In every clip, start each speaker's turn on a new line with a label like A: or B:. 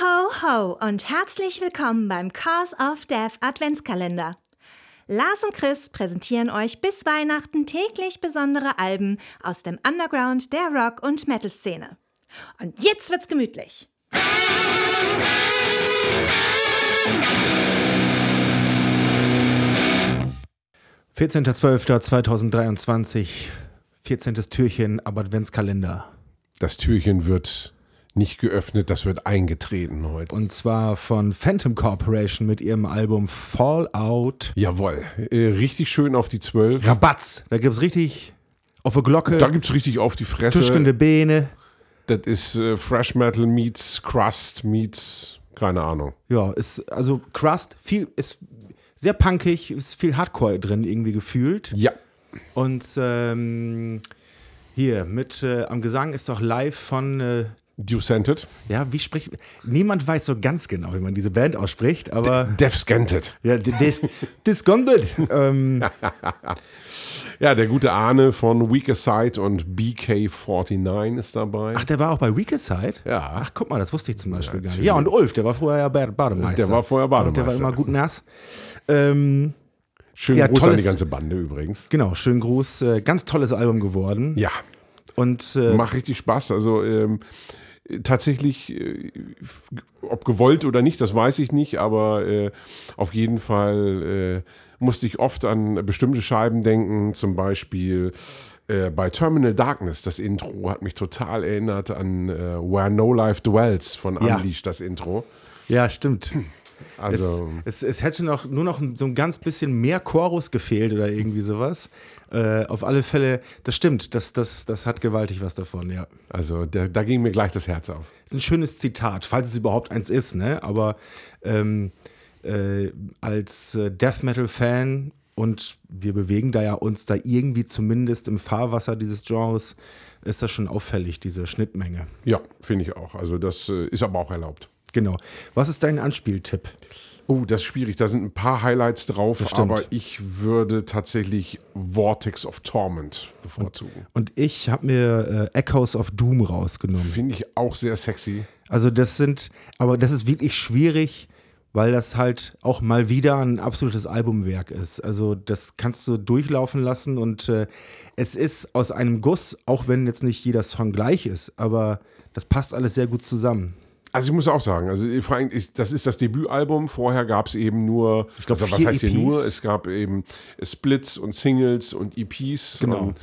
A: Ho und herzlich willkommen beim Cause of Death Adventskalender. Lars und Chris präsentieren euch bis Weihnachten täglich besondere Alben aus dem Underground der Rock- und Metal-Szene. Und jetzt wird's gemütlich.
B: .2023, 14. Türchen am Adventskalender.
C: Das Türchen wird nicht geöffnet, das wird eingetreten heute.
B: Und zwar von Phantom Corporation mit ihrem Album Fallout.
C: Jawohl, äh, richtig schön auf die 12.
B: Rabatz! Da gibt's richtig auf der Glocke,
C: Da gibt's richtig auf die Fresse.
B: tuschkende Beine.
C: Das ist äh, Fresh Metal meets Crust meets, keine Ahnung.
B: Ja, ist also Crust, viel, ist sehr punkig, ist viel Hardcore drin irgendwie gefühlt.
C: Ja.
B: Und ähm, hier mit äh, am Gesang ist doch live von äh,
C: Ducented.
B: ja, wie spricht niemand weiß so ganz genau, wie man diese Band ausspricht, aber
C: Death Scanted.
B: Ja, dis discounted. ähm,
C: Ja, der gute Arne von Weaker Side und BK49 ist dabei.
B: ach, der war auch bei Weaker Side?
C: Ja.
B: Ach, guck mal, das wusste ich zum Beispiel gar nicht. Ja, und Ulf, der war vorher ja Bade- Bademeister.
C: Der war vorher Bademeister.
B: Und der war immer gut nass. Ähm,
C: Schönen
B: ja,
C: Gruß an die
B: tolles-
C: ganze Bande übrigens.
B: genau, schönen Gruß. Äh, ganz tolles Album geworden.
C: Ja,
B: Und äh,
C: macht richtig Spaß. Also ähm, tatsächlich, äh, f- ob gewollt oder nicht, das weiß ich nicht, aber äh, auf jeden Fall äh, musste ich oft an bestimmte Scheiben denken, zum Beispiel. äh, Bei Terminal Darkness, das Intro hat mich total erinnert an äh, Where No Life Dwells von
B: Ja.
C: Unleashed, das Intro.
B: ja, stimmt.
C: Also,
B: Es, es, es hätte noch, nur noch so ein ganz bisschen mehr Chorus gefehlt oder irgendwie sowas. Äh, auf alle Fälle, das stimmt, das, das, das hat gewaltig was davon, ja.
C: also da, da ging mir gleich das Herz auf.
B: ist ein schönes Zitat, falls es überhaupt eins ist, ne? Aber ähm, äh, als äh, Death Metal-Fan und wir bewegen da ja uns da irgendwie zumindest im Fahrwasser dieses Genres, ist das schon auffällig, diese Schnittmenge.
C: Ja, finde ich auch. Also, das äh, ist aber auch erlaubt.
B: Genau. Was ist dein Anspieltipp?
C: Oh, das ist schwierig. Da sind ein paar Highlights drauf,
B: stimmt.
C: aber ich würde tatsächlich Vortex of Torment bevorzugen.
B: Und ich habe mir äh, Echoes of Doom rausgenommen.
C: Finde ich auch sehr sexy.
B: Also das sind, aber das ist wirklich schwierig, weil das halt auch mal wieder ein absolutes Albumwerk ist. Also das kannst du durchlaufen lassen und äh, es ist aus einem Guss, auch wenn jetzt nicht jeder Song gleich ist, aber das passt alles sehr gut zusammen.
C: Also ich muss auch sagen, also vor allem ist, das ist das Debütalbum. Vorher gab es eben nur, ich
B: glaub,
C: also was
B: vier E
C: heißt hier
B: EPs?
C: nur? Es gab eben Splits und Singles und EPs.
B: Genau.
C: Und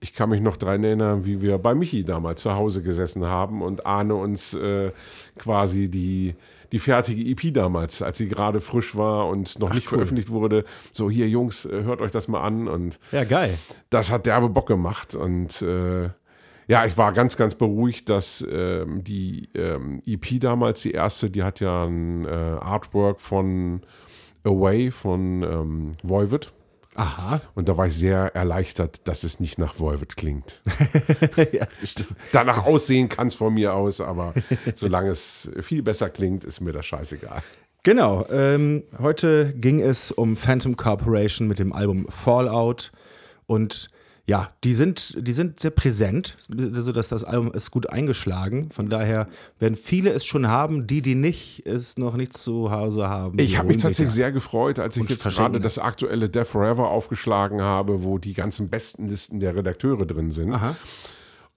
C: ich kann mich noch dran erinnern, wie wir bei Michi damals zu Hause gesessen haben und Arne uns äh, quasi die die fertige EP damals, als sie gerade frisch war und noch nicht veröffentlicht wurde. So hier Jungs, äh, hört euch das mal an und
B: Ja, geil.
C: das hat derbe Bock gemacht und äh, ja, ich war ganz, ganz beruhigt, dass ähm, die ähm, EP damals, die erste, die hat ja ein äh, Artwork von Away von ähm, Voivod.
B: Aha.
C: Und da war ich sehr erleichtert, dass es nicht nach Voivod klingt.
B: ja, das stimmt.
C: Danach aussehen kann es von mir aus, aber solange es viel besser klingt, ist mir das scheißegal.
B: Genau. Ähm, heute ging es um Phantom Corporation mit dem Album Fallout und ja, die sind, die sind sehr präsent, sodass das Album ist gut eingeschlagen. Von daher werden viele es schon haben, die, die nicht, es noch nicht zu Hause haben.
C: Ich habe mich
B: holen sich
C: tatsächlich
B: das.
C: sehr gefreut, als ich
B: Und
C: jetzt
B: verschenken
C: gerade das aktuelle Death Forever aufgeschlagen habe, wo die ganzen besten Listen der Redakteure drin sind.
B: Aha.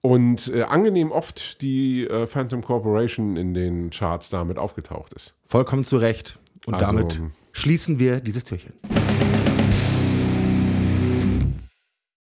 C: Und äh, angenehm oft die äh, Phantom Corporation in den Charts damit aufgetaucht ist.
B: Vollkommen zu Recht. Und
C: Also-
B: damit schließen wir dieses Türchen.